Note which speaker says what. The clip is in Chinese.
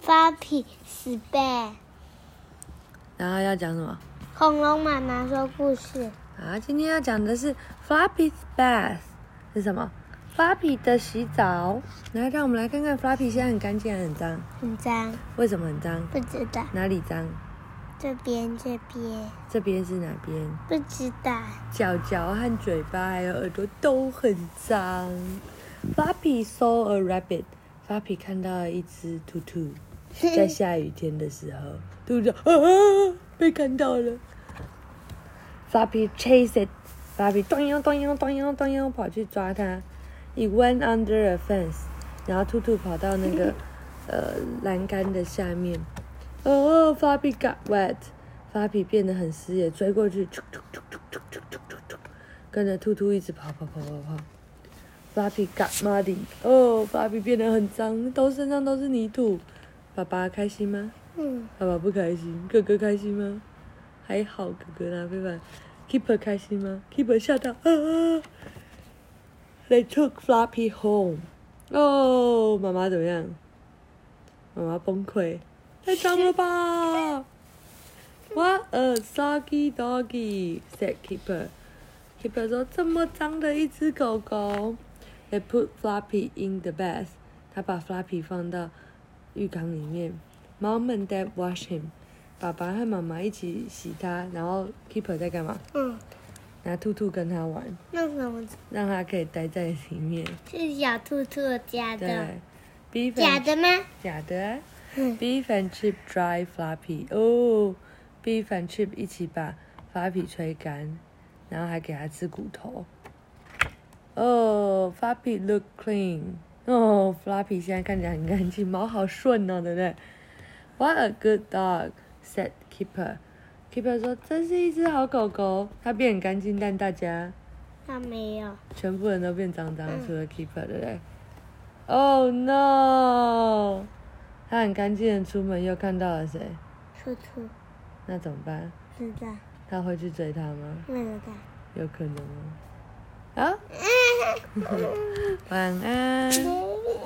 Speaker 1: Floppy s p a
Speaker 2: 然后要讲什么
Speaker 1: 恐龙妈妈说故事，
Speaker 2: 啊？今天要讲的是 Floppy's bath 是什么？Floppy 的洗澡。来，让我们来看看 Floppy 现在很干净还是很脏？
Speaker 1: 很脏，
Speaker 2: 为什么很脏？
Speaker 1: 不知道
Speaker 2: 哪里脏？
Speaker 1: 这边这边
Speaker 2: 这边是哪边？
Speaker 1: 不知道，
Speaker 2: 脚脚和嘴巴还有耳朵都很脏。Floppy saw a rabbit。Floppy 看到了一只兔兔，在下雨天的时候，兔兔啊被看到了。Floppy chased it。Floppy 咚悠咚悠咚悠咚悠跑去抓它。It went under a fence。然后兔兔跑到那个呃栏杆的下面。哦，Floppy got wet。Floppy 变得很湿，也追过去，啾啾啾啾啾啾啾啾啾跟着兔兔一直跑跑跑跑跑。Floppy got muddy，哦，Floppy 变得很脏，都身上都是泥土。爸爸开心吗？
Speaker 1: 嗯，
Speaker 2: 爸爸不开心，哥哥开心吗？还好，哥哥拿飞板。Keeper 开心吗？Keeper 吓到啊！They took Floppy home。哦，妈妈怎么样？妈妈崩溃，太脏了吧！What a soggy doggy，said Keeper。Keeper 说：“这么脏的一只狗狗。”They put Floppy in the bath。他把 Floppy 放到浴缸里面。Mom and Dad wash him。爸爸和妈妈一起洗它，然后 Keeper 在干嘛？
Speaker 1: 嗯，
Speaker 2: 拿兔兔跟它玩，
Speaker 1: 那什么
Speaker 2: 让它可以待在里面。
Speaker 1: 是小兔兔家的？
Speaker 2: 对，Beef
Speaker 1: 假
Speaker 2: and
Speaker 1: 的吗？
Speaker 2: 假的啊
Speaker 1: 嗯
Speaker 2: ，Beef and Chip dry Floppy。哦，Beef and Chip 一起把 Floppy 吹干，然后还给它吃骨头。哦，Floppy look clean。哦，Floppy 现在看起来很干净，毛好顺哦，对不对？What a good dog," said Keeper. Keeper 说：“真是一只好狗狗，它变很干净，但大家
Speaker 1: 他没有，
Speaker 2: 全部人都变脏脏，除了 Keeper，对不对？Oh no！他很干净的出门，又看到了谁？
Speaker 1: 兔兔
Speaker 2: 那怎么办？
Speaker 1: 知道，
Speaker 2: 他会去追他吗？
Speaker 1: 那个大。
Speaker 2: 有可能吗？啊！晚安。